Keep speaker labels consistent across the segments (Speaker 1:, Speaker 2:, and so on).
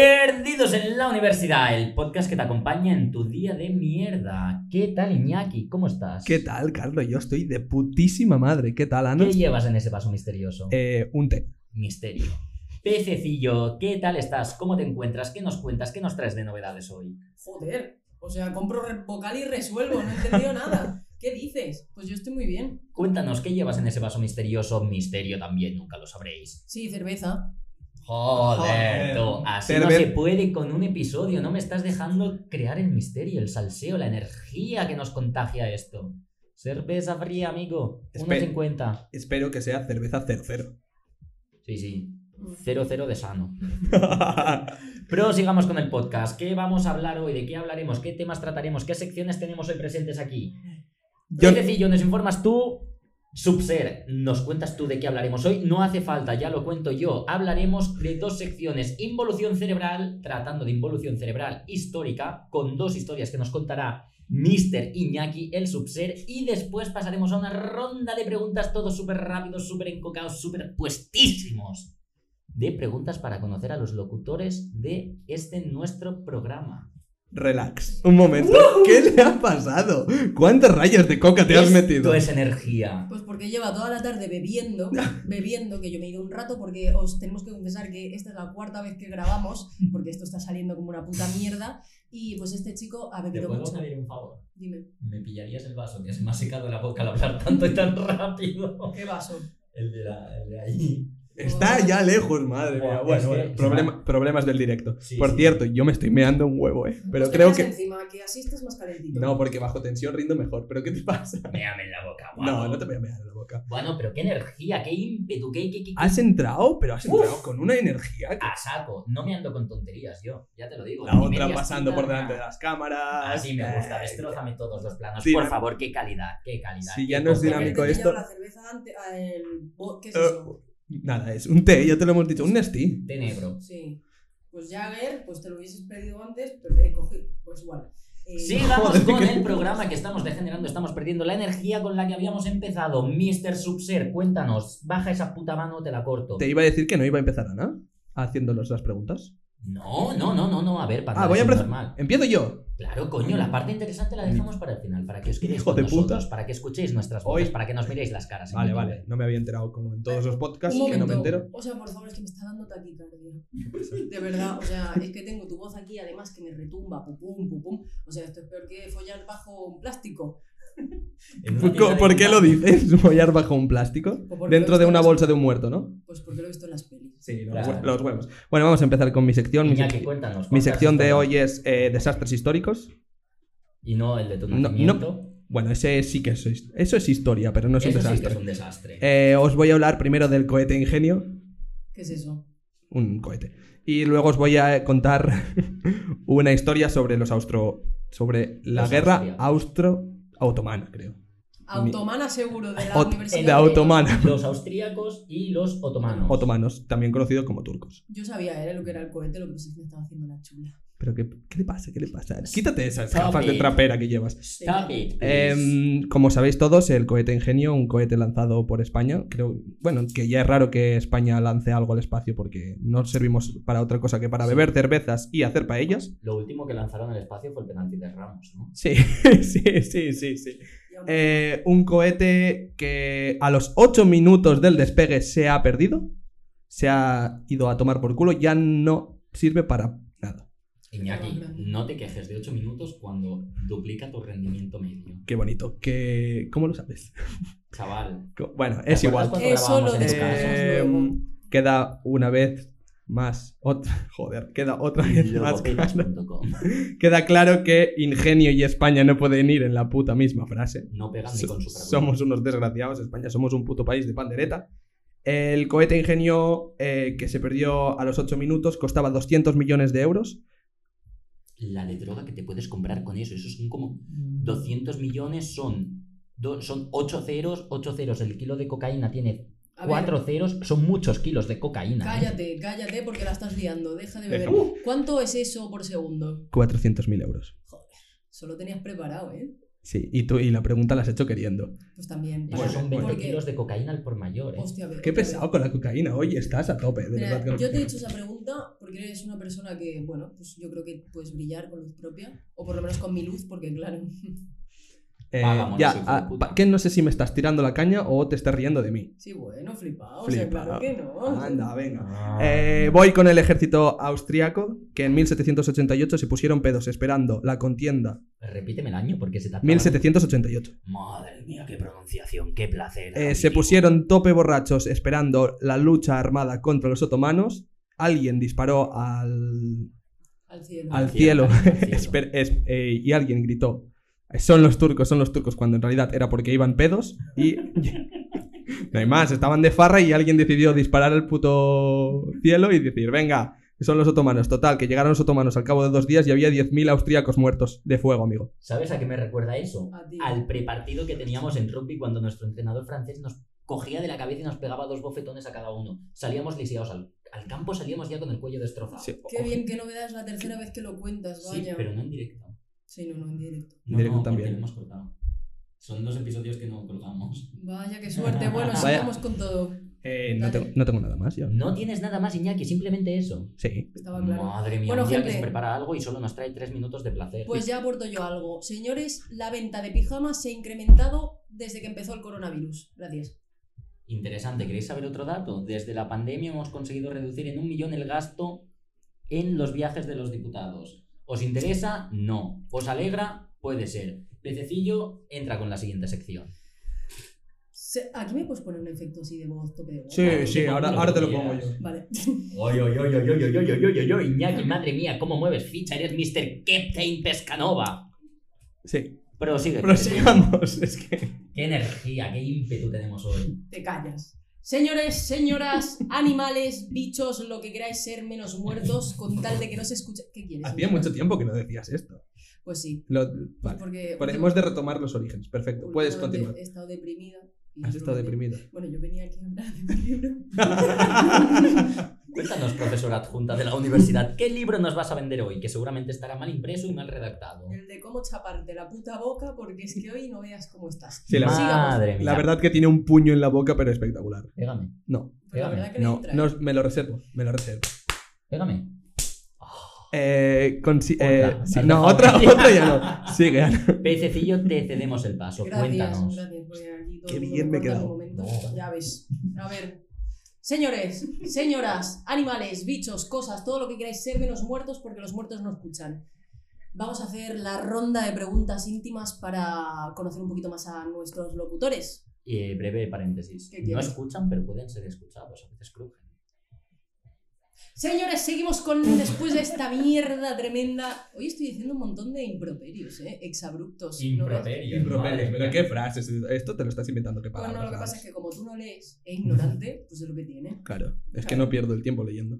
Speaker 1: Bienvenidos en la universidad, el podcast que te acompaña en tu día de mierda. ¿Qué tal, Iñaki? ¿Cómo estás?
Speaker 2: ¿Qué tal, Carlos? Yo estoy de putísima madre. ¿Qué tal, Ana?
Speaker 1: ¿Qué llevas en ese vaso misterioso?
Speaker 2: Eh, un té.
Speaker 1: Misterio. Pececillo, ¿qué tal estás? ¿Cómo te encuentras? ¿Qué nos cuentas? ¿Qué nos traes de novedades hoy?
Speaker 3: Joder, o sea, compro re- vocal y resuelvo, no he entendido nada. ¿Qué dices? Pues yo estoy muy bien.
Speaker 1: Cuéntanos, ¿qué llevas en ese vaso misterioso? Misterio también, nunca lo sabréis.
Speaker 3: Sí, cerveza.
Speaker 1: Joder,
Speaker 2: Joder.
Speaker 1: tú, así no
Speaker 2: Perver-
Speaker 1: se puede con un episodio. No me estás dejando crear el misterio, el salseo, la energía que nos contagia esto. Cerveza fría, amigo.
Speaker 2: Espe-
Speaker 1: 1,50.
Speaker 2: Espero que sea cerveza 00.
Speaker 1: Sí, sí. 0-0 de sano. Pero sigamos con el podcast. ¿Qué vamos a hablar hoy? ¿De qué hablaremos? ¿Qué temas trataremos? ¿Qué secciones tenemos hoy presentes aquí?
Speaker 2: Yo-
Speaker 1: Es decir, yo nos informas tú, Subser, nos cuentas tú de qué hablaremos hoy. No hace falta, ya lo cuento yo. Hablaremos de dos secciones: involución cerebral, tratando de involución cerebral histórica, con dos historias que nos contará Mr. Iñaki, el Subser, y después pasaremos a una ronda de preguntas, todos súper rápidos, súper encocados, súper puestísimos. De preguntas para conocer a los locutores de este nuestro programa.
Speaker 2: Relax. Un momento. ¿Qué le ha pasado? ¿Cuántas rayas de coca te has
Speaker 1: Esto
Speaker 2: metido?
Speaker 1: es energía.
Speaker 3: Pues porque lleva toda la tarde bebiendo, bebiendo, que yo me he ido un rato porque os tenemos que confesar que esta es la cuarta vez que grabamos, porque esto está saliendo como una puta mierda. Y pues este chico ha
Speaker 1: ¿Te
Speaker 3: bebido
Speaker 1: puedo
Speaker 3: mucho.
Speaker 1: pedir un favor?
Speaker 3: Dime,
Speaker 1: ¿Me pillarías el vaso que se me ha secado la boca al hablar tanto y tan rápido?
Speaker 3: ¿qué vaso?
Speaker 1: El de, la, el de ahí.
Speaker 2: Está ya lejos, madre mía.
Speaker 1: Buah,
Speaker 2: Bueno,
Speaker 1: es que-
Speaker 2: bueno, problema- problemas del directo.
Speaker 1: Sí,
Speaker 2: Por
Speaker 1: sí.
Speaker 2: cierto, yo me estoy meando un huevo, ¿eh? Pero
Speaker 3: Pues te
Speaker 2: creo
Speaker 3: quedas
Speaker 2: que...
Speaker 3: encima, que así estás más calentito.
Speaker 2: No, porque bajo tensión rindo mejor. ¿Pero qué te pasa?
Speaker 1: Méame en la boca, guau.
Speaker 2: No, no te voy a mear en la boca.
Speaker 1: Bueno, pero qué energía, qué ímpetu, qué, qué, qué- qué-
Speaker 2: Has entrado, pero has
Speaker 1: Uf.
Speaker 2: entrado con una energía que...
Speaker 1: A saco. No me ando con tonterías yo, ya te lo digo.
Speaker 2: La
Speaker 1: Ni
Speaker 2: otra
Speaker 1: medias
Speaker 2: pasando
Speaker 1: tintas,
Speaker 2: por delante de
Speaker 1: nada.
Speaker 2: las cámaras.
Speaker 1: Así me gusta,
Speaker 2: Eh,
Speaker 1: destrózame todos los planos.
Speaker 2: Sí,
Speaker 1: por
Speaker 2: no-
Speaker 1: favor, qué calidad, qué calidad.
Speaker 2: Sí,
Speaker 1: qué
Speaker 2: ya no es
Speaker 1: cosa.
Speaker 2: dinámico
Speaker 3: Te he
Speaker 2: esto. Eh,
Speaker 3: pillado La cerveza ante- ah, el bo- ¿Qué es eso?
Speaker 2: Nada, es un té, ya te lo hemos dicho, un Nestí.
Speaker 1: Tenebro.
Speaker 3: Sí. Pues Jagger, pues te lo hubieses pedido antes, pero he cogido. Pues igual. Eh,
Speaker 1: Sigamos
Speaker 2: Joder,
Speaker 1: con
Speaker 2: qué-
Speaker 1: el programa que estamos degenerando, estamos perdiendo la energía con la que habíamos empezado. Mr. Subser, cuéntanos, baja esa puta mano, te la corto.
Speaker 2: Te iba a decir que no iba a empezar Ana haciéndonos las preguntas.
Speaker 1: No, no, no, no, no, a ver, para
Speaker 2: Ah, voy a empezar-
Speaker 1: normal.
Speaker 2: Empiezo yo.
Speaker 1: Claro, coño, la parte interesante la dejamos para el final, para que os quedéis
Speaker 2: Hijo
Speaker 1: con
Speaker 2: de puta.
Speaker 1: nosotros, para que escuchéis nuestras voces,
Speaker 2: Hoy-
Speaker 1: para que nos miréis las caras. ¿eh? en
Speaker 2: Vale,
Speaker 1: YouTube.
Speaker 2: vale, no me había enterado como en todos los podcasts,
Speaker 3: un
Speaker 2: que no me
Speaker 3: momento.
Speaker 2: entero.
Speaker 3: O sea, por favor, es que me está dando taquicardia. De verdad, o sea, es que tengo tu voz aquí, además que me retumba, pum, pum, pum, pum. O sea, esto es peor que follar bajo un plástico.
Speaker 1: En una tienda
Speaker 2: ¿Por,
Speaker 1: de
Speaker 2: por qué lo
Speaker 1: Bilbao.
Speaker 2: dices? ¿Follar bajo un plástico?
Speaker 3: O porque
Speaker 2: Dentro
Speaker 3: lo he
Speaker 2: de una
Speaker 3: visto en las-
Speaker 2: bolsa de un muerto, ¿no?
Speaker 3: Pues porque lo he visto en las pelis.
Speaker 2: Sí, los,
Speaker 1: Claro.
Speaker 2: hue- los huevos. Bueno, vamos a empezar con mi sección. Mi,
Speaker 1: Iñaki,
Speaker 2: sec-
Speaker 1: cuéntanos.
Speaker 2: mi
Speaker 1: cuántas
Speaker 2: sección de
Speaker 1: historias.
Speaker 2: hoy es eh, desastres históricos.
Speaker 1: Y no el de tu
Speaker 2: No, no.
Speaker 1: nacimiento.
Speaker 2: Bueno, ese sí que es, his- eso es historia, pero no es
Speaker 1: Eso
Speaker 2: un
Speaker 1: sí que
Speaker 2: desastre.
Speaker 1: es un desastre.
Speaker 2: Eh, os voy a hablar primero del cohete ingenio,
Speaker 3: ¿Qué es eso?
Speaker 2: un cohete. Y luego os voy a contar una historia sobre los austro. sobre la
Speaker 1: Los
Speaker 2: guerra
Speaker 1: austriacos.
Speaker 2: austro-otomana, creo.
Speaker 3: Automana seguro de la
Speaker 2: Ot-
Speaker 3: universidad.
Speaker 2: de automana.
Speaker 1: Los austríacos y los otomanos.
Speaker 2: Otomanos, también conocidos como turcos.
Speaker 3: Yo sabía, era lo que era el cohete, lo que pensé que me estaba haciendo la chula.
Speaker 2: Pero ¿qué, qué le pasa? ¿Qué le pasa? Quítate esas
Speaker 1: Stop
Speaker 2: gafas de
Speaker 1: it.
Speaker 2: trapera que llevas.
Speaker 1: Stop it, please.
Speaker 2: Em, como sabéis todos, el cohete ingenio, un cohete lanzado por España. Creo, bueno, que ya es raro que España lance algo al espacio porque no servimos para otra cosa que para
Speaker 1: Sí.
Speaker 2: beber cervezas y hacer paellas.
Speaker 1: Lo último que lanzaron al espacio fue el penalti de Ramos, ¿no?
Speaker 2: Sí, sí, sí, sí, sí.
Speaker 3: Y aún-
Speaker 2: Eh, un cohete que a los 8 minutos del despegue se ha perdido, se ha ido a tomar por culo, ya no sirve para nada.
Speaker 1: Iñaki,
Speaker 3: Perdón, perdón.
Speaker 1: no te quejes de 8 minutos cuando duplica tu rendimiento medio.
Speaker 2: Qué bonito, que... ¿Cómo lo sabes?
Speaker 1: Chaval.
Speaker 2: Co- Bueno,
Speaker 1: ¿te acuerdas
Speaker 2: es igual.
Speaker 1: cuando
Speaker 3: Eso
Speaker 1: grabábamos
Speaker 3: lo
Speaker 1: en
Speaker 3: de-
Speaker 1: Escaso?
Speaker 2: Eh,
Speaker 3: luego.
Speaker 2: queda una vez más, ot- joder, queda otra vez más. claro.
Speaker 1: Logopetas.com.
Speaker 2: Queda claro que Ingenio y España no pueden ir en la puta misma frase.
Speaker 1: No pegan ni con su
Speaker 2: Somos unos desgraciados, España, somos un puto país de pandereta. El cohete ingenio eh, que se perdió a los 8 minutos costaba 200 millones de euros.
Speaker 1: La de droga que te puedes comprar con eso. Eso son como
Speaker 2: mm,
Speaker 1: 200 millones, son, do- son 8 ceros, 8 ceros. El kilo de cocaína tiene
Speaker 3: A ver,
Speaker 1: 4 ceros, son muchos kilos de cocaína. ¿eh?
Speaker 3: Cállate, cállate porque la estás liando. Deja de beber.
Speaker 2: Deja.
Speaker 3: ¿Cuánto es eso por segundo?
Speaker 2: 400.000 euros.
Speaker 3: Solo tenías preparado, ¿eh?
Speaker 2: Sí, y, tú, y la pregunta la has hecho queriendo.
Speaker 3: Pues también.
Speaker 1: Eso
Speaker 3: para-
Speaker 2: Bueno,
Speaker 1: son 20
Speaker 2: bueno.
Speaker 1: kilos de cocaína al por mayor, ¿eh?
Speaker 3: Hostia, a ver,
Speaker 2: Qué
Speaker 3: otra vez.
Speaker 2: pesado con la cocaína, hoy estás a tope, de
Speaker 3: Mira,
Speaker 2: verdad que no-
Speaker 3: yo te he hecho esa pregunta porque eres una persona que, bueno, pues yo creo que puedes brillar con luz propia, o por lo menos con mi luz, porque claro,
Speaker 2: Eh,
Speaker 1: Vámonos,
Speaker 2: ya,
Speaker 1: hijo de
Speaker 2: ah,
Speaker 1: puta.
Speaker 2: pa- que no sé si me estás tirando la caña o te estás riendo de mí.
Speaker 3: sí, bueno, flipado, o sea,
Speaker 2: Flipa.
Speaker 3: claro que no.
Speaker 2: Anda, venga.
Speaker 1: Ah.
Speaker 2: Eh, voy con el ejército austriaco, que en 1788 se pusieron pedos esperando la contienda.
Speaker 1: Repíteme el año porque se te ha acabado.
Speaker 2: 1788.
Speaker 1: Madre mía, qué pronunciación, qué placer.
Speaker 2: Eh,
Speaker 1: amigo.
Speaker 2: se pusieron tope borrachos esperando la lucha armada contra los otomanos. Alguien disparó al,
Speaker 3: Al cielo.
Speaker 2: al
Speaker 1: Al cielo,
Speaker 2: cielo
Speaker 1: al cielo.
Speaker 2: Esper- es- eh, y alguien gritó, son los turcos, son los turcos, cuando en realidad era porque iban pedos y... No hay más, estaban de farra y alguien decidió disparar al puto cielo y decir, venga, son los otomanos. Total, que llegaron los otomanos al cabo de dos días y había 10.000 austríacos muertos de fuego, amigo.
Speaker 1: ¿Sabes a qué me recuerda eso?
Speaker 3: A ti.
Speaker 1: Al prepartido que teníamos en rugby cuando nuestro entrenador francés nos cogía de la cabeza y nos pegaba dos bofetones a cada uno. Salíamos lisiados al, al campo, salíamos ya con el cuello destrozado.
Speaker 2: Sí, oh,
Speaker 3: Qué bien, qué novedad, es la tercera vez que lo cuentas,
Speaker 1: Sí,
Speaker 3: vaya.
Speaker 1: pero no en directo.
Speaker 3: Sí, no, no, en directo.
Speaker 1: No,
Speaker 2: directo
Speaker 1: no, porque
Speaker 2: también.
Speaker 1: lo hemos cortado. Son dos episodios que no colgamos.
Speaker 3: Vaya, qué suerte. Bueno,
Speaker 2: Vaya.
Speaker 3: sigamos con todo.
Speaker 2: Eh, no, tengo, no tengo nada más, yo.
Speaker 1: No tienes nada más, Iñaki, simplemente eso.
Speaker 2: Sí.
Speaker 3: Estaba claro.
Speaker 1: Madre mía,
Speaker 3: Bueno,
Speaker 1: un día
Speaker 3: gente.
Speaker 1: que se prepara algo y solo nos trae tres minutos de placer.
Speaker 3: Pues ya aporto yo algo. Señores, la venta de pijamas se ha incrementado desde que empezó el coronavirus. Gracias.
Speaker 1: Interesante, ¿queréis saber otro dato? Desde la pandemia hemos conseguido reducir en un millón el gasto en los viajes de los diputados. ¿Os interesa? No. ¿Os alegra? Puede ser. Pececillo entra con la siguiente sección.
Speaker 3: Se- Aquí me puedes poner un efecto así de voz tope de voz.
Speaker 2: Sí, sí, ahora, ahora te lo pongo yo.
Speaker 3: Vale.
Speaker 1: Oy, oy, oy, oy, oy, oy, oy, oy, oy, oy, Iñaki, madre mía, cómo mueves ficha, eres Mr. Captain Pescanova.
Speaker 2: Sí.
Speaker 1: Prosigue.
Speaker 2: Prosigamos, es que...
Speaker 1: Qué energía, qué ímpetu tenemos hoy.
Speaker 3: Te callas. Señores, señoras, animales, bichos, lo que queráis ser menos muertos, con tal de que no se escuche. ¿Qué quieres?
Speaker 2: Hacía
Speaker 3: señora?
Speaker 2: mucho tiempo que no decías esto.
Speaker 3: Pues sí.
Speaker 2: Lo-
Speaker 3: pues
Speaker 2: vale.
Speaker 3: Porque
Speaker 2: Pero hemos de retomar los orígenes, perfecto. Puedes
Speaker 3: últimamente
Speaker 2: continuar.
Speaker 3: He estado deprimida. y
Speaker 2: Has estado
Speaker 3: últimamente-
Speaker 2: deprimido.
Speaker 3: Bueno, yo venía aquí a hablar de mi libro.
Speaker 1: Cuéntanos, profesora adjunta de la universidad, ¿qué libro nos vas a vender hoy? Que seguramente estará mal impreso y mal redactado.
Speaker 3: El de cómo chaparte la puta boca, porque es que hoy no veas cómo estás.
Speaker 2: Sí, la-
Speaker 1: Madre mía.
Speaker 2: La verdad que tiene un puño en la boca, pero espectacular.
Speaker 1: Pégame.
Speaker 2: No,
Speaker 3: Pero la verdad que me
Speaker 2: no,
Speaker 3: entra, ¿eh?
Speaker 2: no, me lo reservo, me lo reservo.
Speaker 1: Pégame.
Speaker 2: Eh, consi-
Speaker 1: Otra,
Speaker 2: eh,
Speaker 1: dale,
Speaker 2: sí,
Speaker 1: por
Speaker 2: no,
Speaker 1: favor.
Speaker 2: otra, otra ya no. Sigue, Ana.
Speaker 1: Pececillo, te cedemos el paso.
Speaker 3: Gracias,
Speaker 1: Cuéntanos.
Speaker 3: gracias. porque aquí todo
Speaker 2: Qué
Speaker 3: el mundo
Speaker 2: bien me he
Speaker 3: corta
Speaker 2: quedado.
Speaker 3: los momentos.
Speaker 1: No, vale.
Speaker 3: Ya ves. A ver. Señores, señoras, animales, bichos, cosas, todo lo que queráis ser menos muertos porque los muertos no escuchan. Vamos a hacer la ronda de preguntas íntimas para conocer un poquito más a nuestros locutores.
Speaker 1: Eh, breve paréntesis.
Speaker 3: ¿Qué
Speaker 1: No
Speaker 3: quieres?
Speaker 1: escuchan, pero pueden ser escuchados. A veces crujen.
Speaker 3: Señores, seguimos con después de esta mierda tremenda. Hoy estoy diciendo un montón de improperios, ¿eh? Exabruptos. ¿no ves?
Speaker 2: Improperio, pero qué frases. Esto te lo estás inventando, qué palabras.
Speaker 3: Bueno, lo que pasa
Speaker 2: raras.
Speaker 3: es que como tú no lees e ignorante, pues es lo que tiene.
Speaker 2: Claro, es que no pierdo el tiempo leyendo.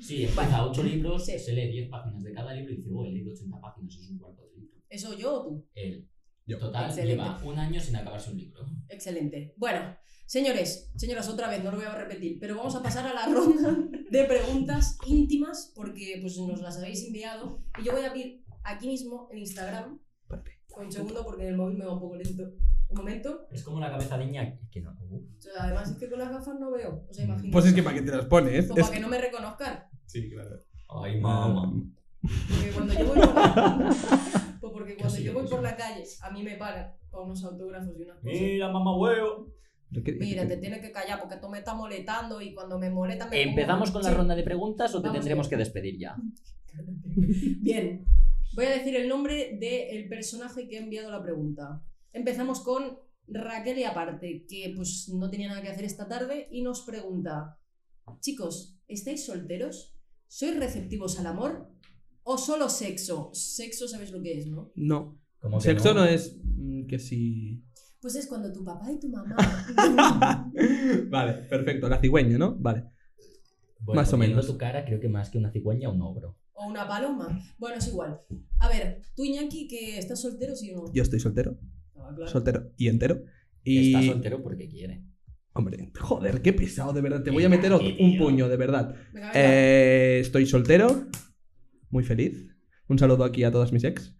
Speaker 1: Sí, empieza 8 libros,
Speaker 3: Sí.
Speaker 1: se lee 10 páginas de cada libro y dice, oh, he leído 80 páginas, eso es un cuarto de libro.
Speaker 3: ¿Eso yo o tú?
Speaker 1: Él.
Speaker 2: Yo.
Speaker 1: Total,
Speaker 3: Excelente.
Speaker 1: lleva un año sin acabarse un libro.
Speaker 3: Excelente. Bueno, señores, señoras, otra vez, no lo voy a repetir, pero vamos a pasar a la ronda de preguntas íntimas porque pues, nos las habéis enviado. Y yo voy a abrir aquí mismo el Instagram. Un segundo porque el móvil me va un poco lento. Un momento.
Speaker 1: Es como la cabeza de Iñaki. Que no. uh.
Speaker 3: O sea, además es que con las gafas no veo. O sea, imagino.
Speaker 2: Pues es que para qué te las pones.
Speaker 3: O
Speaker 2: Es-
Speaker 3: para que no me reconozcan.
Speaker 2: Sí, claro.
Speaker 1: Ay, mamá.
Speaker 2: Ah,
Speaker 3: Porque cuando yo voy por la, pues porque cuando
Speaker 1: Casi
Speaker 3: yo voy
Speaker 1: lo
Speaker 3: por
Speaker 1: mismo.
Speaker 3: la calle, a mí me paran para unos autógrafos y unas cosas.
Speaker 1: Mira, mamá huevo.
Speaker 2: Pero qué-
Speaker 3: Mira, te tienes que callar porque tú me estás molestando y cuando me molestan me pongo-
Speaker 1: ¿Empezamos con la
Speaker 3: Sí.
Speaker 1: ronda de preguntas o te
Speaker 3: Vamos
Speaker 1: tendremos
Speaker 3: bien.
Speaker 1: que despedir ya?
Speaker 3: Bien, voy a decir el nombre del personaje que ha enviado la pregunta. Empezamos con Raquel y aparte, que pues no tenía nada que hacer esta tarde y nos pregunta, chicos, ¿estáis solteros? ¿Sois receptivos al amor? ¿O solo sexo? Sexo sabéis lo que es, ¿no?
Speaker 2: No,
Speaker 1: Como que
Speaker 2: sexo no es mm, que si.
Speaker 3: Pues es cuando tu papá y tu mamá...
Speaker 2: vale, perfecto, la cigüeña, ¿no? Vale.
Speaker 1: Bueno,
Speaker 2: Más o
Speaker 1: viendo
Speaker 2: menos.
Speaker 1: tu cara, creo que más que una cigüeña, un ogro.
Speaker 3: o una paloma. Bueno, es igual. A ver, tú Iñaki, que estás soltero, sí o no.
Speaker 2: Yo estoy soltero,
Speaker 3: Ah, claro.
Speaker 2: soltero y entero. Y.
Speaker 1: Está soltero porque quiere.
Speaker 2: Hombre, joder, qué pesado, de verdad. Te voy a meter otro- un
Speaker 1: Tío.
Speaker 2: puño, de verdad.
Speaker 3: Venga, venga.
Speaker 2: Eh, estoy soltero, muy feliz. Un saludo aquí a todas mis ex.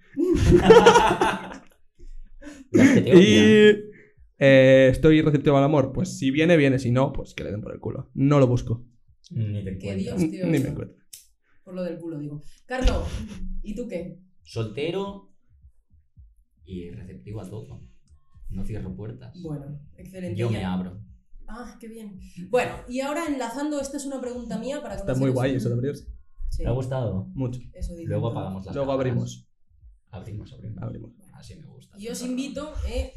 Speaker 1: Las que te odian.
Speaker 2: Y. eh, ¿Estoy receptivo al amor? Pues si viene, viene. Si no, pues que le den por el culo. No lo busco.
Speaker 1: Ni te
Speaker 3: Que
Speaker 1: cuento.
Speaker 3: Dios-
Speaker 2: Ni
Speaker 3: Hostia,
Speaker 2: me
Speaker 3: eso.
Speaker 2: encuentro.
Speaker 3: Por lo del culo, digo. Carlos, ¿y tú qué?
Speaker 1: Soltero y receptivo a todo. No cierro puertas.
Speaker 3: Bueno, excelente.
Speaker 1: Yo
Speaker 3: ya.
Speaker 1: me abro.
Speaker 3: Ah, qué bien. Bueno, y ahora enlazando, esta es una pregunta mía para
Speaker 2: Está
Speaker 3: conoceros.
Speaker 2: muy guay eso de abrirse.
Speaker 3: Sí,
Speaker 1: ¿Te ha gustado?
Speaker 2: Mucho.
Speaker 3: eso dice.
Speaker 1: Luego apagamos las
Speaker 2: Luego
Speaker 1: cámaras.
Speaker 2: abrimos.
Speaker 1: Abrimos, abrimos.
Speaker 2: Abrimos.
Speaker 1: Así me gusta.
Speaker 3: Y os invito, eh,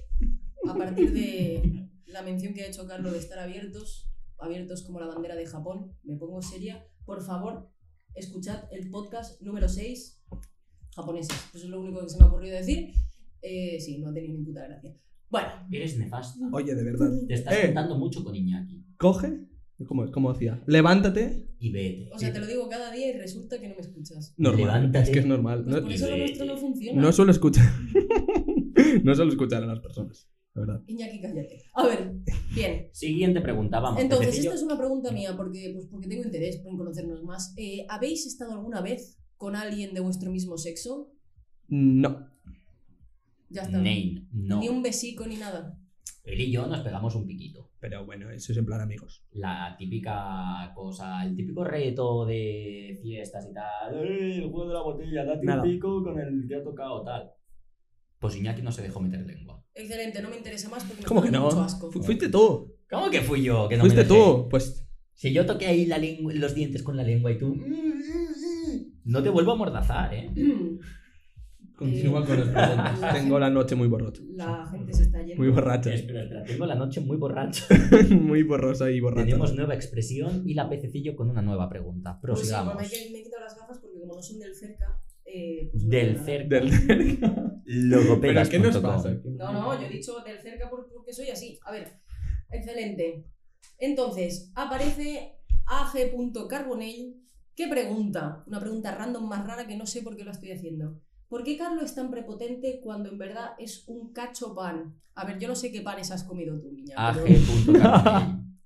Speaker 3: a partir de la mención que ha hecho Carlos de estar abiertos, abiertos como la bandera de Japón, me pongo seria, por favor, escuchad el podcast número 6, japoneses. Eso es lo único que se me ha ocurrido decir. Eh, sí, no ha tenido ni puta gracia. Bueno,
Speaker 1: Eres nefasto.
Speaker 2: Oye, de verdad.
Speaker 1: Te estás
Speaker 2: Eh.
Speaker 1: juntando mucho con Iñaki.
Speaker 2: Coge. ¿Cómo, cómo decía? Levántate.
Speaker 1: Y vete.
Speaker 3: o sea, te lo digo cada día y resulta que no me escuchas.
Speaker 2: Normal.
Speaker 1: Levántate.
Speaker 2: Es que es normal.
Speaker 3: Pues
Speaker 2: No,
Speaker 3: por eso lo
Speaker 1: y-
Speaker 3: nuestro no funciona.
Speaker 2: no suelo escuchar. no suelo escuchar a las personas. La verdad.
Speaker 3: Iñaki, cállate. A ver, bien.
Speaker 1: Siguiente pregunta, vamos.
Speaker 3: Entonces,
Speaker 1: pececillo.
Speaker 3: esta es una pregunta mía, porque, pues, porque tengo interés en conocernos más. Eh, ¿Habéis estado alguna vez con alguien de vuestro mismo sexo?
Speaker 2: No.
Speaker 3: Ya está.
Speaker 1: Nein, no.
Speaker 3: Ni un besico ni nada.
Speaker 1: Él y yo nos pegamos un piquito.
Speaker 2: Pero bueno, eso es en plan amigos.
Speaker 1: La típica cosa, el típico reto de fiestas y tal. "Eh, El juego de la botella, date
Speaker 2: Nada.
Speaker 1: un pico con el que ha tocado tal. Pues Iñaki no se dejó meter lengua.
Speaker 3: Excelente, no me interesa más porque me
Speaker 2: ¿Cómo
Speaker 3: está
Speaker 2: que
Speaker 3: dando
Speaker 2: no?
Speaker 3: mucho asco.
Speaker 2: Fu- fuiste tú.
Speaker 1: ¿Cómo que fui yo? Que no me
Speaker 2: fuiste
Speaker 1: dejé?
Speaker 2: tú. Pues
Speaker 1: Si yo toqué ahí la lengua, los dientes con la lengua y tú. "Mm, No te vuelvo a mordazar, ¿eh?
Speaker 2: continúa con las
Speaker 3: Eh.
Speaker 2: preguntas. Tengo la noche muy borrocha.
Speaker 3: La gente se está yendo.
Speaker 2: Muy borracha.
Speaker 1: Espera, espera, tengo la noche muy borracha.
Speaker 3: Eh.
Speaker 2: muy borrosa y borracha.
Speaker 1: Tenemos nueva expresión y la pececillo con una nueva pregunta.
Speaker 3: Pues sí,
Speaker 1: Prosigamos.
Speaker 3: me, he- me he quitado las gafas porque como no son del cerca, eh, pues no
Speaker 1: Del
Speaker 3: veo nada.
Speaker 1: cerca.
Speaker 2: Del- ¿Pero qué nos
Speaker 1: logopedas.com.
Speaker 2: pasa?
Speaker 3: No, no, yo he dicho del cerca por- porque soy así. A ver, excelente. Entonces, aparece AG.Carbonell que pregunta, una pregunta random más rara que no sé por qué lo estoy haciendo. ¿Por qué Carlos es tan prepotente cuando en verdad es un cacho pan? A ver, yo no sé qué panes has comido tú, niña. pero-
Speaker 1: AG.carmen.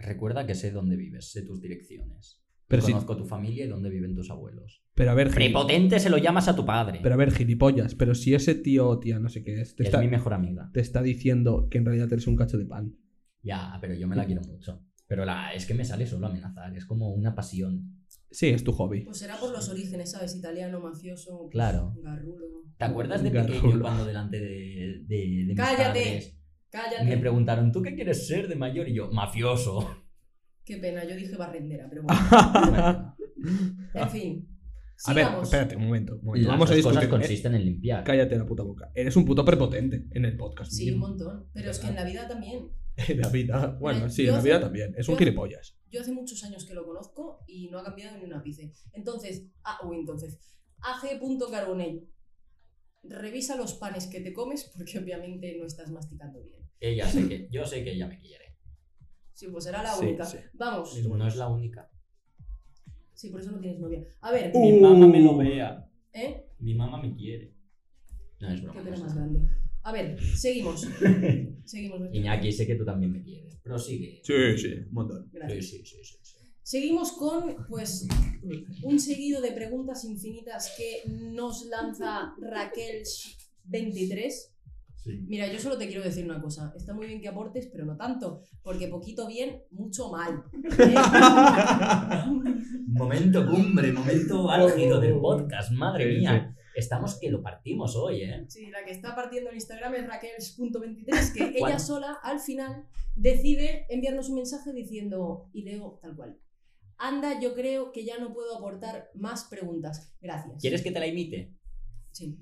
Speaker 1: Recuerda que sé dónde vives, sé tus direcciones.
Speaker 2: Pero, sí-
Speaker 1: Conozco tu familia y dónde viven tus abuelos.
Speaker 2: pero a ver, gili-
Speaker 1: Prepotente se lo llamas a tu padre.
Speaker 2: pero a ver, gilipollas. Pero si ese tío o tía, no sé qué es, te
Speaker 1: es
Speaker 2: está,
Speaker 1: mi mejor amiga.
Speaker 2: te está diciendo que en realidad eres un cacho de pan.
Speaker 1: Ya, pero yo me la quiero mucho. Pero la, es que me sale solo amenazar, es como una pasión.
Speaker 2: Sí, es tu hobby.
Speaker 3: Pues será por los orígenes, ¿sabes? Italiano, mafioso, pues,
Speaker 1: Claro.
Speaker 3: garrulo.
Speaker 1: ¿Te acuerdas de
Speaker 2: Garrulo.
Speaker 1: pequeño cuando delante de, de, de mis
Speaker 3: Cállate.
Speaker 1: padres me
Speaker 3: Cállate.
Speaker 1: preguntaron, ¿tú qué quieres ser de mayor? Y yo, mafioso.
Speaker 3: Qué pena, yo dije barrendera, pero bueno.
Speaker 1: Bueno,
Speaker 3: En fin.
Speaker 2: A ver,
Speaker 3: sigamos.
Speaker 2: espérate, un momento. un momento.
Speaker 1: las
Speaker 2: Vamos a
Speaker 1: dos cosas
Speaker 2: discutir. Eh,
Speaker 1: consisten en limpiar.
Speaker 2: Cállate la puta boca. Eres un puto prepotente en el podcast.
Speaker 3: Sí, un
Speaker 2: mínimo.
Speaker 3: montón. Pero es que en la vida también.
Speaker 2: En la vida. Bueno,
Speaker 3: Ay,
Speaker 2: sí,
Speaker 3: yo
Speaker 2: en la
Speaker 3: hace-
Speaker 2: vida también. Es un
Speaker 3: yo-
Speaker 2: gilipollas.
Speaker 3: Yo hace muchos años que lo conozco y no ha cambiado ni un ápice. Entonces, ah, uy, entonces, AG.Carbonell. Revisa los panes que te comes porque obviamente no estás masticando bien.
Speaker 1: Ella sé que, yo sé que ella me quiere.
Speaker 3: Sí, pues será la
Speaker 2: Sí,
Speaker 3: única.
Speaker 2: sí.
Speaker 3: Vamos.
Speaker 1: No es la única.
Speaker 3: Sí, por eso no tienes novia. A ver,
Speaker 2: Uh.
Speaker 1: Mi mamá me lo vea.
Speaker 3: ¿eh?
Speaker 1: Mi mamá me quiere. No es broma.
Speaker 3: Qué
Speaker 1: no
Speaker 3: pena
Speaker 1: es
Speaker 3: más
Speaker 1: nada.
Speaker 3: grande. A ver, seguimos. Seguimos. nuestra-
Speaker 1: Iñaki, sé que tú también me quieres. Prosigue.
Speaker 2: un montón.
Speaker 1: Sí,
Speaker 3: Gracias.
Speaker 1: sí, sí, sí, sí.
Speaker 3: Seguimos con, pues, un seguido de preguntas infinitas que nos lanza Raquel 23. Mira, yo solo te quiero decir una cosa. Está muy bien que aportes, pero no tanto. Porque poquito bien, mucho mal.
Speaker 1: Momento cumbre, momento álgido del podcast. Madre
Speaker 2: Oh. Sí,
Speaker 1: mía. Estamos que lo partimos hoy, ¿eh?
Speaker 3: Sí, la que está partiendo en Instagram es Raquel.23, que ella
Speaker 1: Bueno.
Speaker 3: sola, al final, decide enviarnos un mensaje diciendo, y leo tal cual. Anda, yo creo que ya no puedo aportar más preguntas. Gracias.
Speaker 1: ¿Quieres que te la imite?
Speaker 3: Sí.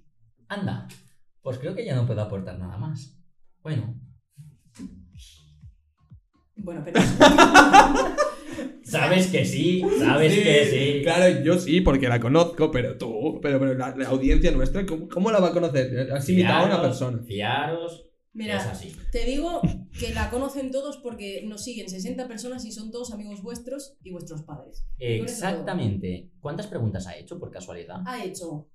Speaker 1: Anda. Pues creo que ya no puedo aportar nada más. Bueno.
Speaker 3: Bueno, pero...
Speaker 1: Sabes que sí, sabes que sí.
Speaker 2: Claro, yo sí, porque la conozco, pero tú, pero, pero la, la audiencia nuestra, ¿cómo, cómo la va a conocer? Has imitado a una
Speaker 1: Fiaros,
Speaker 2: persona.
Speaker 1: Fiaros,
Speaker 3: Mira,
Speaker 1: es así.
Speaker 3: Te digo que la conocen todos porque nos siguen 60 personas y son todos amigos vuestros y vuestros padres. con eso todo.
Speaker 1: Exactamente. ¿Cuántas preguntas ha hecho por casualidad?
Speaker 3: ha hecho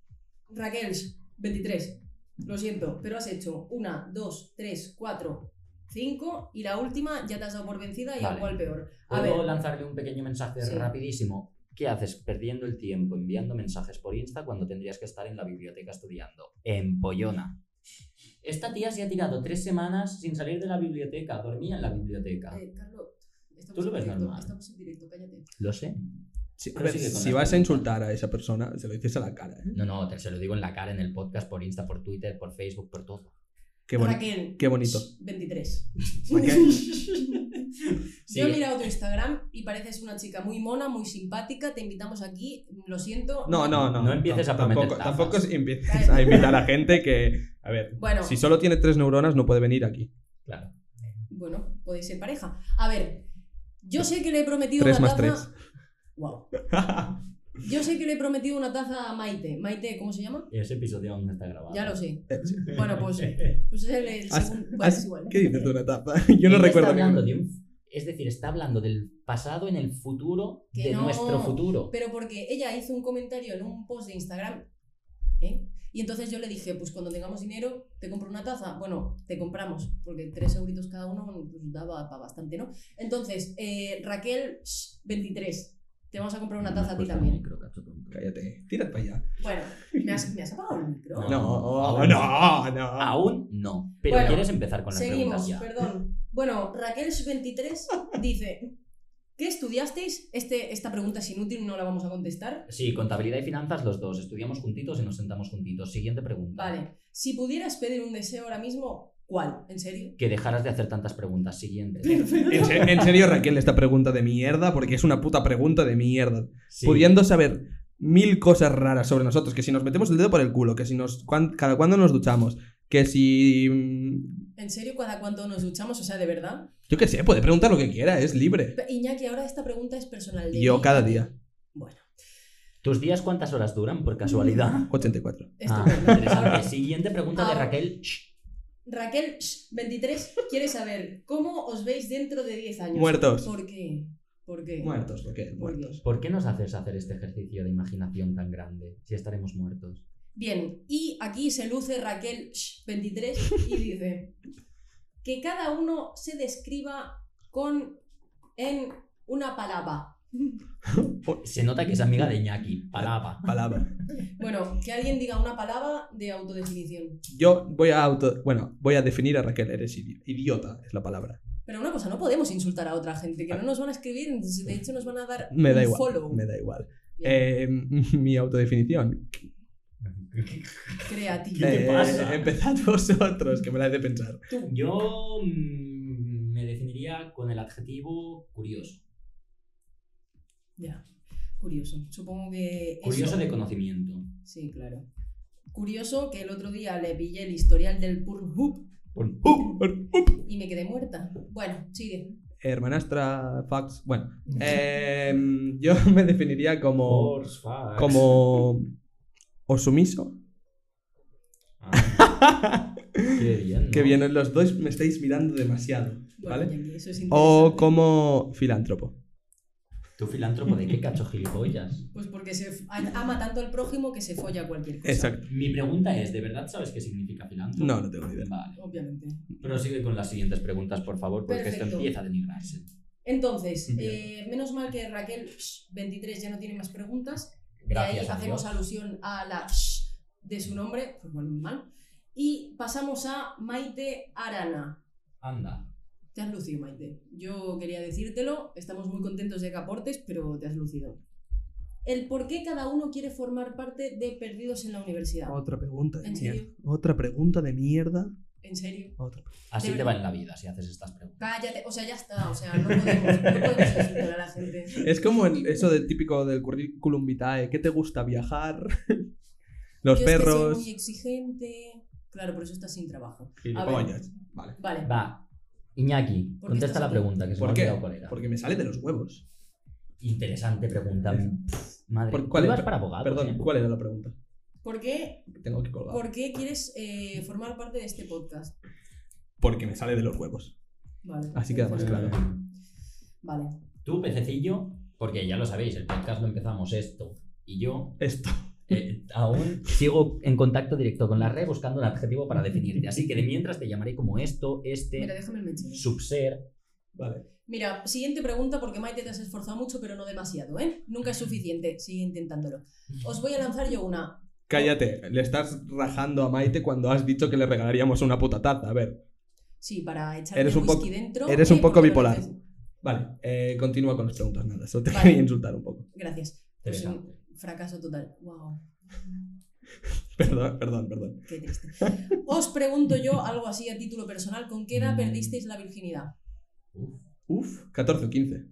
Speaker 3: Raquel 23. Lo siento, pero has hecho una, dos, tres, cuatro, cinco y la última ya te has dado por vencida y
Speaker 1: Vale.
Speaker 3: al cual peor. A
Speaker 1: ¿Puedo
Speaker 3: ver,
Speaker 1: lanzarle un pequeño mensaje
Speaker 3: Sí.
Speaker 1: rapidísimo? ¿Qué haces perdiendo el tiempo enviando mensajes por Insta cuando tendrías que estar en la biblioteca estudiando? Empollona. Esta tía se ha tirado tres semanas sin salir de la biblioteca, dormía en la biblioteca.
Speaker 3: Eh, Carlos, estamos
Speaker 1: Tú lo
Speaker 3: en
Speaker 1: ves
Speaker 3: directo,
Speaker 1: normal.
Speaker 3: Estamos en directo, cállate.
Speaker 1: Lo sé.
Speaker 2: Si, a
Speaker 1: Pero
Speaker 2: ver,
Speaker 1: sigue con
Speaker 2: si
Speaker 1: la
Speaker 2: vas
Speaker 1: pregunta.
Speaker 2: a insultar a esa persona, se lo dices a la cara. ¿eh?
Speaker 1: No, no, te, se lo digo en la cara, en el podcast, por Insta, por Twitter, por Facebook, por todo.
Speaker 2: Qué, boni-
Speaker 3: Raquel,
Speaker 2: qué bonito.
Speaker 3: 23.
Speaker 2: Raquel.
Speaker 3: Yo he
Speaker 1: Sigue.
Speaker 3: mirado tu Instagram y pareces una chica muy mona, muy simpática. Te invitamos aquí, lo siento.
Speaker 2: No, no, no.
Speaker 1: No empieces a prometer
Speaker 2: tampoco,
Speaker 1: tazas.
Speaker 2: tampoco empieces a invitar a gente que. A ver,
Speaker 3: Bueno,
Speaker 2: si solo tiene tres neuronas, no puede venir aquí.
Speaker 1: Claro.
Speaker 3: bueno, podéis ser pareja. A ver, yo sé que le he prometido
Speaker 2: Tres
Speaker 3: una
Speaker 2: más
Speaker 3: taza.
Speaker 2: tres.
Speaker 3: Guau. Yo sé que le he prometido una taza a Maite. Maite, ¿cómo se llama?
Speaker 1: Ese episodio aún no está grabado.
Speaker 3: Ya lo sé.
Speaker 2: Eh, sí.
Speaker 3: Bueno, pues, pues es el, el
Speaker 2: Has-
Speaker 3: segundo. Bueno,
Speaker 2: has-
Speaker 3: es igual. ¿eh?
Speaker 2: ¿Qué dices tú, Natapa? Yo no
Speaker 1: Ella Está
Speaker 2: recuerdo.
Speaker 1: hablando
Speaker 2: ninguna.
Speaker 1: de un- es decir, está hablando del pasado en el futuro,
Speaker 3: Que
Speaker 1: de
Speaker 3: no.
Speaker 1: nuestro futuro.
Speaker 3: Pero porque ella hizo un comentario en un post de Instagram. ¿eh? Y entonces yo le dije, pues cuando tengamos dinero, te compro una taza. Bueno, te compramos, porque tres euritos cada uno pues, daba para bastante, ¿no? Entonces, eh, Raquel, shh, 23. Te vamos a comprar una taza a
Speaker 2: Pues
Speaker 3: ti también.
Speaker 2: Cállate, tírate para allá.
Speaker 3: Bueno, ¿me has, me has apagado el micro?
Speaker 1: No.
Speaker 2: No, no,
Speaker 1: Ahora
Speaker 2: no.
Speaker 1: Aún no. Pero
Speaker 3: Ah. Bueno,
Speaker 1: quieres empezar con las
Speaker 3: Seguimos,
Speaker 1: preguntas ya.
Speaker 3: perdón. Bueno, Raquel23 dice: ¿Qué estudiasteis? Este, esta pregunta es inútil, no la vamos a contestar.
Speaker 1: Sí, contabilidad y finanzas los dos. Estudiamos juntitos y nos sentamos juntitos. Siguiente pregunta.
Speaker 3: Vale, si pudieras pedir un deseo ahora mismo, ¿cuál? ¿En serio?
Speaker 1: Que dejaras de hacer tantas preguntas. Siguiente.
Speaker 2: En, se- en serio, Raquel, esta pregunta de mierda, porque es una puta pregunta de mierda.
Speaker 1: Sí.
Speaker 2: Pudiendo saber mil cosas raras sobre nosotros, que si nos metemos el dedo por el culo, que si nos. cuán- cada cuándo nos duchamos, que si. mm,
Speaker 3: ¿En serio cada cuánto nos duchamos? O sea, de verdad.
Speaker 2: Yo qué sé, puede preguntar lo que quiera, es libre.
Speaker 3: Pe- Iñaki, ahora esta pregunta es personal. de
Speaker 2: Yo
Speaker 3: ti.
Speaker 2: cada día.
Speaker 3: Bueno,
Speaker 1: ¿Tus días cuántas horas duran por casualidad?
Speaker 2: 84.
Speaker 1: Ah,
Speaker 3: estupendo.
Speaker 1: interesante.
Speaker 3: Ahora,
Speaker 1: Siguiente pregunta de
Speaker 3: Ah.
Speaker 1: Raquel. Shh.
Speaker 3: Raquel, shh, 23, quiere saber cómo os veis dentro de 10 años.
Speaker 2: Muertos.
Speaker 3: ¿Por qué? ¿Por qué?
Speaker 2: Muertos, ¿por qué?
Speaker 3: ¿Por qué?
Speaker 2: Muertos.
Speaker 1: ¿Por qué nos haces hacer este ejercicio de imaginación tan grande si estaremos muertos?
Speaker 3: Bien, y aquí se luce Raquel shh, 23 y dice que cada uno se describa con en una palabra.
Speaker 1: Se nota que es amiga de Iñaki. Palapa.
Speaker 2: Palabra.
Speaker 3: Bueno, que alguien diga una palabra de autodefinición.
Speaker 2: Yo voy a auto. Bueno, voy a definir a Raquel, eres idi- idiota, es la palabra.
Speaker 3: Pero una cosa, no podemos insultar a otra gente, que no nos van a escribir, entonces, de hecho nos van a dar
Speaker 2: Me da
Speaker 3: un
Speaker 2: igual.
Speaker 3: follow.
Speaker 2: Me da igual.
Speaker 3: Bien,
Speaker 2: Eh, mi autodefinición.
Speaker 3: creativo.
Speaker 1: ¿Qué te
Speaker 2: Eh,
Speaker 1: pasa?
Speaker 2: Empezad vosotros, que me la he de pensar.
Speaker 3: Tú.
Speaker 1: Yo mm, me definiría con el adjetivo curioso.
Speaker 3: Ya. Curioso. Supongo que. eso-
Speaker 1: Curioso de conocimiento.
Speaker 3: Sí, claro. Curioso que el otro día le pillé el historial del Pornhub
Speaker 2: Uh, uh,
Speaker 3: y me quedé muerta. Bueno, sigue.
Speaker 2: Hermanastra, fax. Bueno,
Speaker 3: Mm.
Speaker 2: eh, yo me definiría como.
Speaker 1: Force facts.
Speaker 2: Como. O sumiso.
Speaker 1: Ah, qué bien. ¿no?
Speaker 2: Que bien, los dos me estáis mirando demasiado,
Speaker 3: Bueno,
Speaker 2: ¿vale?
Speaker 3: Iñaki, eso es
Speaker 2: O
Speaker 3: interesante.
Speaker 2: como filántropo.
Speaker 1: Tú filántropo de qué cacho gilipollas.
Speaker 3: Pues porque se f- a- ama tanto al prójimo que se folla cualquier cosa.
Speaker 2: Exacto.
Speaker 1: Mi pregunta es, ¿de verdad sabes qué significa filántropo?
Speaker 2: No, no tengo ni idea.
Speaker 1: Vale.
Speaker 3: Obviamente.
Speaker 1: Prosigue con las siguientes preguntas, por favor, porque esto
Speaker 3: Perfecto.
Speaker 1: empieza a denigrarse.
Speaker 3: Entonces,
Speaker 2: Bien.
Speaker 3: eh, menos mal que Raquel shh, 23 ya no tiene más preguntas.
Speaker 1: Gracias.
Speaker 3: y ahí
Speaker 1: a
Speaker 3: hacemos
Speaker 1: Dios.
Speaker 3: alusión a la shh de su nombre, pues bueno, mal. Y pasamos a Maite Arana.
Speaker 1: Anda.
Speaker 3: Te has lucido, Maite. Yo quería decírtelo. Estamos muy contentos de que aportes, pero te has lucido. El por qué cada uno quiere formar parte de Perdidos en la Universidad.
Speaker 2: Otra pregunta de
Speaker 3: ¿En serio?
Speaker 2: mierda. Otra pregunta de mierda.
Speaker 3: En serio.
Speaker 2: Otra.
Speaker 1: Así te
Speaker 3: De verdad.
Speaker 1: va en la vida si haces estas preguntas.
Speaker 3: Cállate, o sea, ya está, o sea, no podemos, no podemos insultar a la gente.
Speaker 2: Es como el- eso del típico del currículum vitae. ¿Qué te gusta viajar? Los
Speaker 3: Yo es que
Speaker 2: perros.
Speaker 3: soy muy exigente. Claro, por eso estás sin trabajo.
Speaker 2: Gilipollas. Vale.
Speaker 3: Vale,
Speaker 1: Va. Iñaki,
Speaker 3: ¿Por qué
Speaker 1: contesta
Speaker 3: estás
Speaker 1: la
Speaker 3: aquí?
Speaker 1: pregunta, que se me
Speaker 2: ¿Por
Speaker 1: ha
Speaker 2: qué?
Speaker 1: olvidado cuál era.
Speaker 2: Porque me sale de los huevos.
Speaker 1: Interesante pregunta. Pff, Madre.
Speaker 2: ¿Por cuál
Speaker 1: Tú
Speaker 2: es?
Speaker 1: vas para abogado?
Speaker 2: Perdón,
Speaker 1: ¿eh?
Speaker 2: ¿cuál era la pregunta?
Speaker 3: ¿por qué,
Speaker 2: Que Tengo que colgar.
Speaker 3: por qué quieres eh, formar parte de este podcast?
Speaker 2: Porque me sale de los huevos.
Speaker 3: Vale.
Speaker 2: Así queda más
Speaker 3: perfecto.
Speaker 2: claro.
Speaker 3: Vale.
Speaker 1: Tú, pececillo, porque ya lo sabéis, el podcast lo empezamos esto y yo
Speaker 2: Esto.
Speaker 1: eh, aún sigo en contacto directo con la red buscando un adjetivo para definirte. Así que de mientras te llamaré como esto,
Speaker 3: Mira,
Speaker 1: este,
Speaker 3: déjame el mensaje.
Speaker 1: subser.
Speaker 2: Vale.
Speaker 3: Mira, siguiente pregunta porque Maite te has esforzado mucho, pero no demasiado, ¿eh? Nunca es suficiente, sigue intentándolo. Os voy a lanzar yo una.
Speaker 2: Cállate, le estás rajando a Maite cuando has dicho que le regalaríamos una puta taza. A ver,
Speaker 3: Sí, para echarle
Speaker 2: Eres un
Speaker 3: whisky
Speaker 2: poco-
Speaker 3: dentro.
Speaker 2: eres un
Speaker 3: eh,
Speaker 2: poco
Speaker 3: porque lo
Speaker 2: bipolar.
Speaker 3: dices.
Speaker 2: vale, eh, continúa con las preguntas, nada, solo te
Speaker 3: Vale.
Speaker 2: quería insultar un poco.
Speaker 3: Gracias. Pues
Speaker 1: Teresa.
Speaker 3: un fracaso total. Wow,
Speaker 2: Perdón, perdón, perdón.
Speaker 3: qué triste. Os pregunto yo algo así a título personal. ¿Con qué
Speaker 2: Mm.
Speaker 3: edad perdisteis la virginidad?
Speaker 2: Uf, 14 o 15.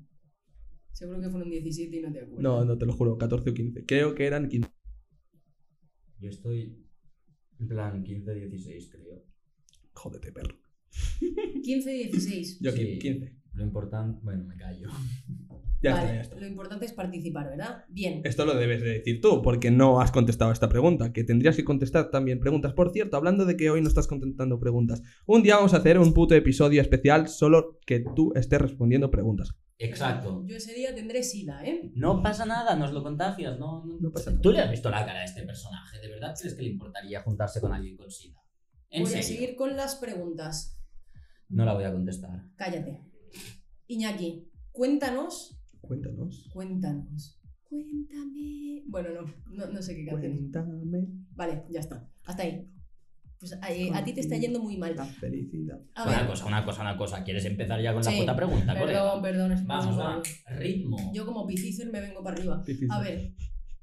Speaker 3: Seguro que fueron 17 y no te acuerdas.
Speaker 2: No, no, te lo juro, 14 o 15. Creo que eran 15.
Speaker 1: Yo estoy en plan 15-16, creo.
Speaker 2: Jódete, perro.
Speaker 3: 15 y 16.
Speaker 2: Yo
Speaker 1: Sí.
Speaker 2: 15.
Speaker 1: Lo importante. Bueno, me callo.
Speaker 2: Ya
Speaker 3: vale,
Speaker 2: está, ya está.
Speaker 3: lo importante es participar, ¿verdad? Bien.
Speaker 2: Esto lo debes de decir tú, porque no has contestado esta pregunta, que tendrías que contestar también preguntas. Por cierto, hablando de que hoy no estás contestando preguntas, un día vamos a hacer un puto episodio especial solo que tú estés respondiendo preguntas.
Speaker 1: Exacto.
Speaker 3: Yo ese día tendré sida, ¿eh?
Speaker 1: No pasa nada, nos lo contagias. No, no-
Speaker 2: No pasa nada.
Speaker 1: ¿Tú le has visto la cara a este personaje? ¿De verdad crees que le importaría juntarse con alguien con SIDA? En
Speaker 3: Voy a
Speaker 1: serio.
Speaker 3: seguir con las preguntas.
Speaker 1: No la voy a contestar.
Speaker 3: Cállate. Iñaki, cuéntanos,
Speaker 2: Cuéntanos.
Speaker 3: cuéntanos, cuéntame. Bueno, no, no, no sé qué canción.
Speaker 2: Cuéntame.
Speaker 3: Vale, ya está. Hasta ahí. Pues eh, a ti te
Speaker 2: Continúa.
Speaker 3: está yendo muy mal.
Speaker 2: La felicidad.
Speaker 3: A
Speaker 1: Una
Speaker 3: ver,
Speaker 1: cosa, una cosa, una cosa. ¿Quieres empezar ya con la
Speaker 3: Sí.
Speaker 1: puta pregunta,
Speaker 3: perdón,
Speaker 1: colega?
Speaker 3: perdón. es que
Speaker 1: Vamos,
Speaker 3: no sé
Speaker 1: va.
Speaker 3: cómo.
Speaker 1: Ritmo.
Speaker 3: Yo como piscicer me vengo para arriba.
Speaker 2: Difícil.
Speaker 3: A ver,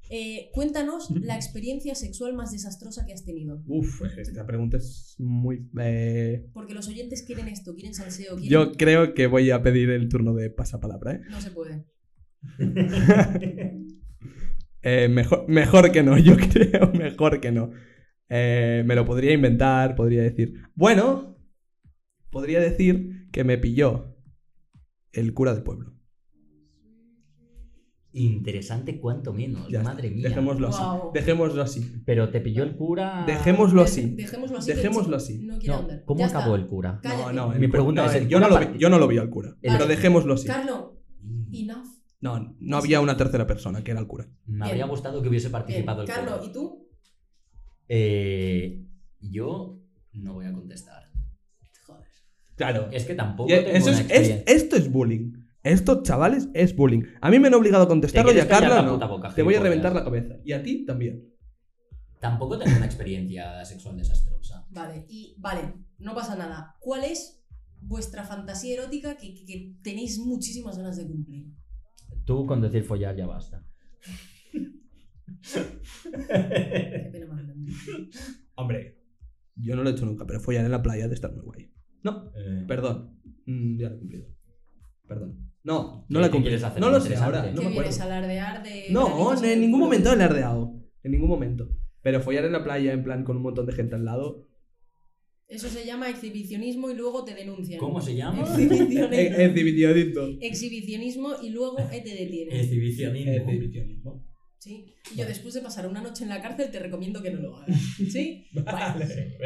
Speaker 3: eh, cuéntanos la experiencia sexual más desastrosa que has tenido.
Speaker 2: Uf, esta pregunta es muy... eh,
Speaker 3: Porque los oyentes quieren esto, quieren salseo, quieren...
Speaker 2: Yo creo que voy a pedir el turno de pasapalabra, ¿eh?
Speaker 3: No se puede.
Speaker 2: Eh, mejor, mejor que no, yo creo, mejor que no. Eh, me lo podría inventar, podría decir. Bueno, podría decir que me pilló el cura del pueblo.
Speaker 1: Interesante cuanto menos,
Speaker 2: Ya está.
Speaker 1: madre mía.
Speaker 2: Dejémoslo
Speaker 3: Guau.
Speaker 2: así. Dejémoslo así.
Speaker 1: Pero te pilló el cura.
Speaker 2: Dejémoslo así.
Speaker 3: Dejémoslo así. que
Speaker 2: Dejémoslo
Speaker 3: el
Speaker 2: así.
Speaker 3: chico No quiero
Speaker 1: No,
Speaker 3: andar.
Speaker 1: ¿Cómo
Speaker 3: Ya está.
Speaker 1: acabó el cura?
Speaker 2: No,
Speaker 3: Cállate.
Speaker 2: no,
Speaker 1: Mi pregunta
Speaker 2: no,
Speaker 1: es,
Speaker 2: el-
Speaker 1: ¿el
Speaker 2: yo, no
Speaker 1: cura
Speaker 2: lo vi,
Speaker 1: part-
Speaker 2: yo no lo vi al cura. Pero
Speaker 3: Vale.
Speaker 2: dejémoslo así.
Speaker 3: Carlos,
Speaker 1: Mm,
Speaker 3: enough.
Speaker 2: No, no había una tercera persona que era el cura.
Speaker 1: Me habría
Speaker 3: Bien.
Speaker 1: gustado que hubiese
Speaker 3: Bien,
Speaker 1: participado el
Speaker 3: Carlos,
Speaker 1: cura.
Speaker 3: ¿y tú?
Speaker 1: Eh, yo no voy a contestar.
Speaker 3: Joder.
Speaker 2: Claro.
Speaker 1: Es que tampoco
Speaker 2: Y e-
Speaker 1: tengo
Speaker 2: eso
Speaker 1: una
Speaker 2: es- es-
Speaker 1: experiencia.
Speaker 2: esto es bullying. Esto, chavales, es bullying. A mí me han obligado a contestarlo y
Speaker 1: quieres
Speaker 2: a
Speaker 1: callar
Speaker 2: Carla
Speaker 1: la
Speaker 2: no.
Speaker 1: puta boca,
Speaker 2: Te voy a
Speaker 1: gilipollas.
Speaker 2: reventar la cabeza. Y a ti también.
Speaker 1: Tampoco tengo una experiencia sexual desastrosa.
Speaker 3: Vale, y vale, no pasa nada. ¿Cuál es vuestra fantasía erótica que, que- que tenéis muchísimas ganas de cumplir?
Speaker 1: Tú con decir follar ya basta.
Speaker 3: Qué pena más grande.
Speaker 2: Hombre, yo no lo he hecho nunca, pero follar en la playa de estar muy guay. No,
Speaker 1: Eh,
Speaker 2: perdón. Mm, ya lo he cumplido. Perdón. No, no
Speaker 1: ¿Qué-
Speaker 2: la
Speaker 1: qué
Speaker 2: he cumplido.
Speaker 1: quieres hacer
Speaker 2: No
Speaker 1: de
Speaker 2: lo sé
Speaker 1: interesante?
Speaker 2: ahora. No
Speaker 3: ¿Qué
Speaker 2: me
Speaker 3: vienes a
Speaker 2: acuerdo.
Speaker 3: alardear de.?
Speaker 2: No,
Speaker 3: granitos
Speaker 2: no, en
Speaker 3: el
Speaker 2: ningún
Speaker 3: culo?
Speaker 2: momento he alardeado. En ningún momento. Pero follar en la playa, en plan, con un montón de gente al lado.
Speaker 3: Eso se llama exhibicionismo y luego te denuncian.
Speaker 1: ¿Cómo se llama?
Speaker 3: Exhibicionismo.
Speaker 2: Es divididito.
Speaker 3: Exhibicionismo y luego eh, te detienen.
Speaker 1: Exhibicionismo.
Speaker 3: ¿sí? Y yo después de pasar una noche en la cárcel te recomiendo que no lo hagas. ¿Sí? Vale.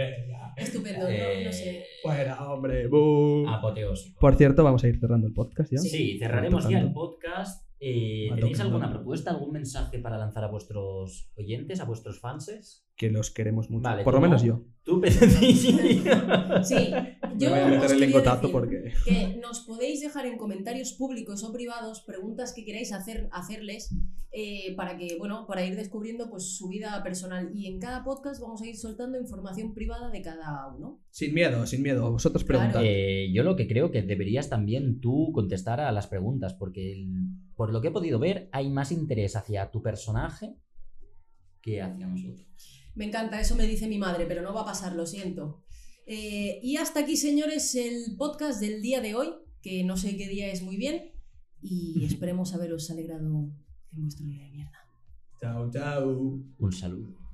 Speaker 3: Estupendo, no, no sé.
Speaker 1: Eh,
Speaker 2: Fuera, hombre. bu.
Speaker 1: Ah. Apoteósico.
Speaker 2: Por cierto, vamos a ir cerrando el podcast ya.
Speaker 3: Sí.
Speaker 1: Sí, cerraremos ya el
Speaker 2: Tocando.
Speaker 1: podcast. Eh,
Speaker 2: Va
Speaker 1: ¿Tenéis
Speaker 2: tocando.
Speaker 1: alguna propuesta, algún mensaje para lanzar a vuestros oyentes, a vuestros fanses?
Speaker 2: Que los queremos mucho.
Speaker 1: Vale,
Speaker 2: Por
Speaker 1: tú
Speaker 2: lo menos
Speaker 1: no.
Speaker 2: yo.
Speaker 1: Tú, Pesadilla.
Speaker 3: Sí,
Speaker 2: Me
Speaker 3: yo
Speaker 2: voy a
Speaker 3: os
Speaker 2: meter el
Speaker 3: quería
Speaker 2: lingotazo
Speaker 3: decir-
Speaker 2: porque.
Speaker 3: que nos podéis dejar en comentarios públicos o privados preguntas que queráis hacer, hacerles eh, para que, bueno, para ir descubriendo pues, su vida personal. Y en cada podcast vamos a ir soltando información privada de cada uno.
Speaker 2: Sin miedo, sin miedo. Vosotros
Speaker 3: Claro.
Speaker 2: preguntad.
Speaker 1: Eh, yo lo que creo que deberías también tú contestar a las preguntas, porque el- por lo que he podido ver, hay más interés hacia tu personaje que hacia nosotros.
Speaker 3: Me encanta, eso me dice mi madre, pero no va a pasar, lo siento. Eh, y hasta aquí, señores, el podcast del día de hoy, que no sé qué día es muy bien, y esperemos haberos alegrado en vuestro día de mierda.
Speaker 2: Chao, chao.
Speaker 1: Un saludo.